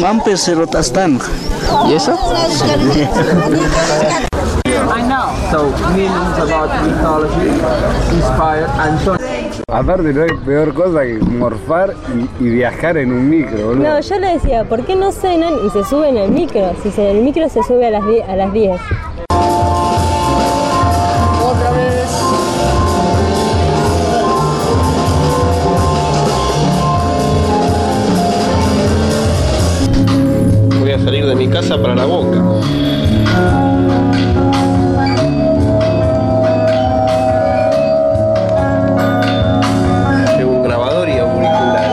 Mampe Serotastán. ¿Y eso? So, meanings about mythology inspired Antonio. Aparte no hay peor cosa que morfar y, y viajar en un micro, boludo. No, yo le decía, ¿por qué no cenan y se suben al micro? Si se- el micro se sube a las, die- a las 10. Voy a salir de mi casa para la boca. Llevo un grabador y auriculares.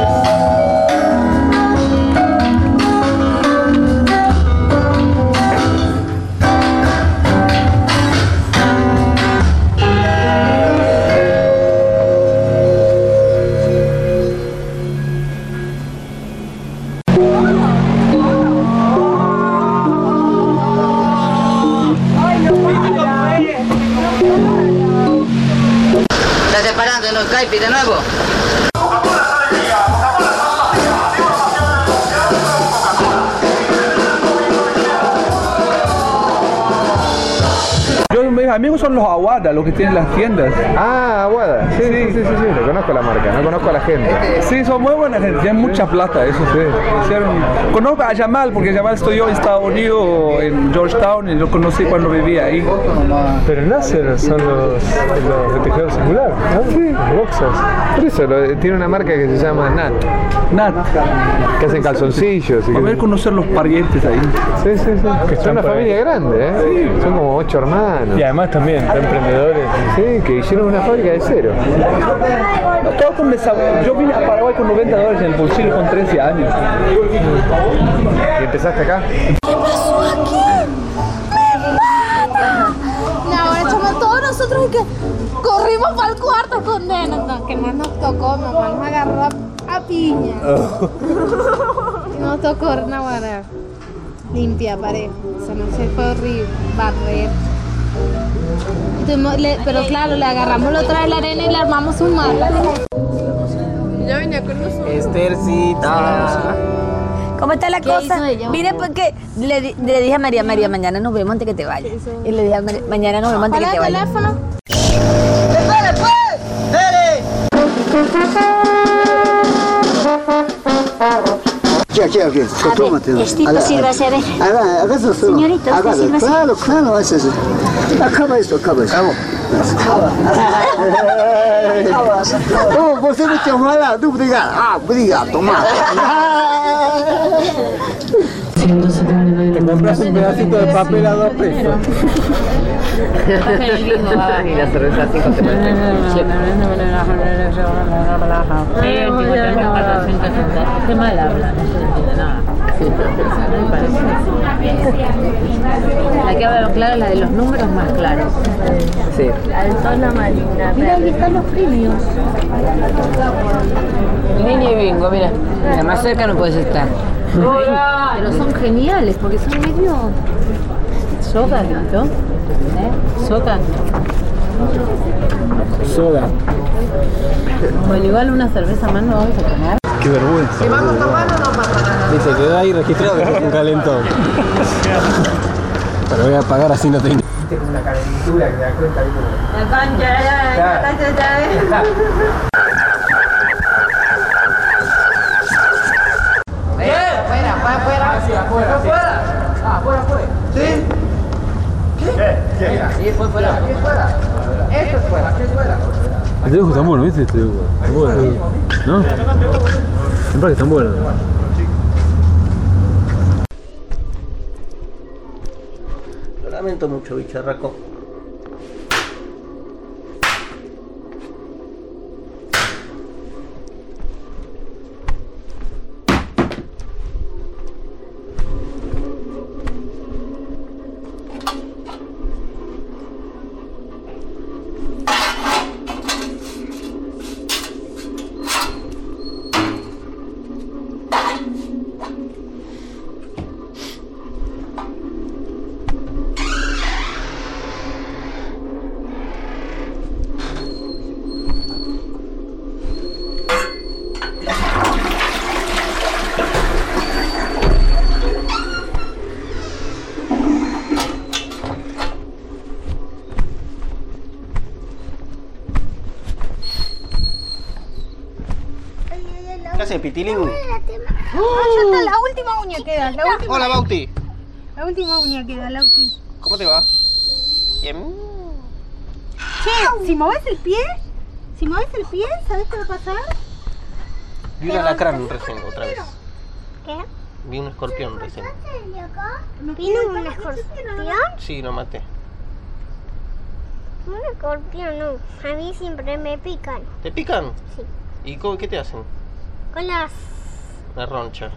¿Estás separando los caipi de nuevo? Yo, mis amigos son los aguadas, los que tienen las tiendas. Ah, Aguada. Sí, sí, sí, sí, sí, lo conozco la marca, no conozco a la gente. Sí, son muy buenas gente, tienen mucha plata, eso sí. Hicieron- Conozco a Yamal, porque Yamal estudió en Estados Unidos, en Georgetown, y lo conocí cuando vivía ahí. Pero Nasser son los, los de tejedor singular, ¿no? Los boxers. Por eso, lo- tiene una marca que se llama Nat, Nada, que hacen calzoncillos. Y que- poder conocer los parientes ahí. Sí, sí, sí. Que son están una por familia grande, ¿eh? Son como ocho hermanos. Y además también, son emprendedores. Sí, que hicieron una fábrica de cero. Todo comenzó, yo vine a Paraguay con 90 dólares en el bolsillo con 13 años. ¿Y empezaste acá? pasó aquí? ¡Me mata! No, estamos todos nosotros y que corrimos para el cuarto con nena. No, que no nos tocó, mamá nos agarró a, a piña. y nos tocó una vara limpia, parejo. O sea, no sé, fue horrible, barrer. Tuvimos- le- pero claro, le agarramos la otra de la arena y le armamos un mar. Yo venía con nosotros. Estercita. ¿Cómo está la ¿Qué hizo cosa? ella? Mire, porque le, di- le dije a María, María, mañana nos vemos antes que te vayas. Y le dije a María, mañana nos vemos antes que Hola, te vayas. teléfono. Aquí, aquí, aquí. Tómate. Agá- agá- Agarra, esto. Señorita, ¿usted Agarra. sírvase? Claro, claro, ese sí. Acaba esto, acaba esto. Acaba. Oh, você me chamou lá, obrigado. Ah, obrigado, toma. Te compras un pedacito de papel a dos pesos. Y la cerveza así con Ah, Qué mal habla, no se entiende nada. Me parece. La que habla claro es la de los números más claros. Sí. Mira, ahí están los premios. Niña y bingo, mira. La más cerca no puedes estar. Pero son geniales porque son medio. Sogan, ¿no? ¿Eh? Sogan. Soda. Bueno, igual una cerveza más no vamos a tomar. Qué vergüenza. Si vamos tomando, no Dice, quedó ahí registrado que sos un calentón. Pero voy a pagar así no te... El dibujo tan bueno, ¿viste? Este dibujo. Tan bueno. ¿No? Siempre que tan bueno. Lo lamento mucho, bicharraco. ¿Qué haces, Pitilín? ya está la última uña queda, la última, Hola, Bauti. la última uña queda, la última. ¿Cómo te va? Bien. Che, si moves el pie, si moves el pie, ¿sabes qué va a pasar? Vi un alacrán recién, otra vez. ¿Qué? Vi un escorpión recién. Vino un escorpión. Sí, lo maté. Un escorpión, no. A mí siempre me pican. ¿Te pican? Sí. ¿Y cómo- qué te hacen? Con las. La roncha.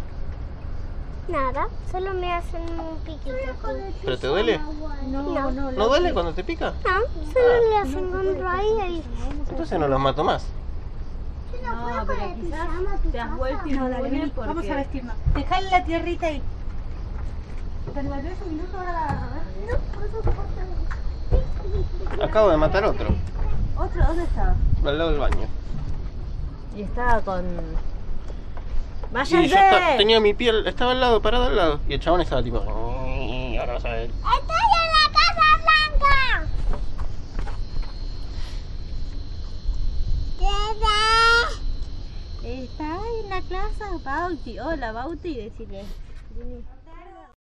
Nada, solo me hacen un piquito. ¿Pero te duele? No, no, ¿No duele cuando te pica? solo le hacen un rayo y. Ah. Entonces no los mato más. Ah, Vamos a vestirnos. Dejale la tierrita ahí. Te lo ese minuto ahora la agarro, ¿eh? Acabo de matar otro. ¿Otro? ¿Dónde estaba? Al lado del baño. Y estaba con. Sí, yo esta- tenía mi piel, estaba al lado, parado al lado. Y el chabón estaba tipo. "Mm, Ahora vas a ver. ¡Estoy en la Casa Blanca! Está en la casa Bauti. Hola Bauti, decirle.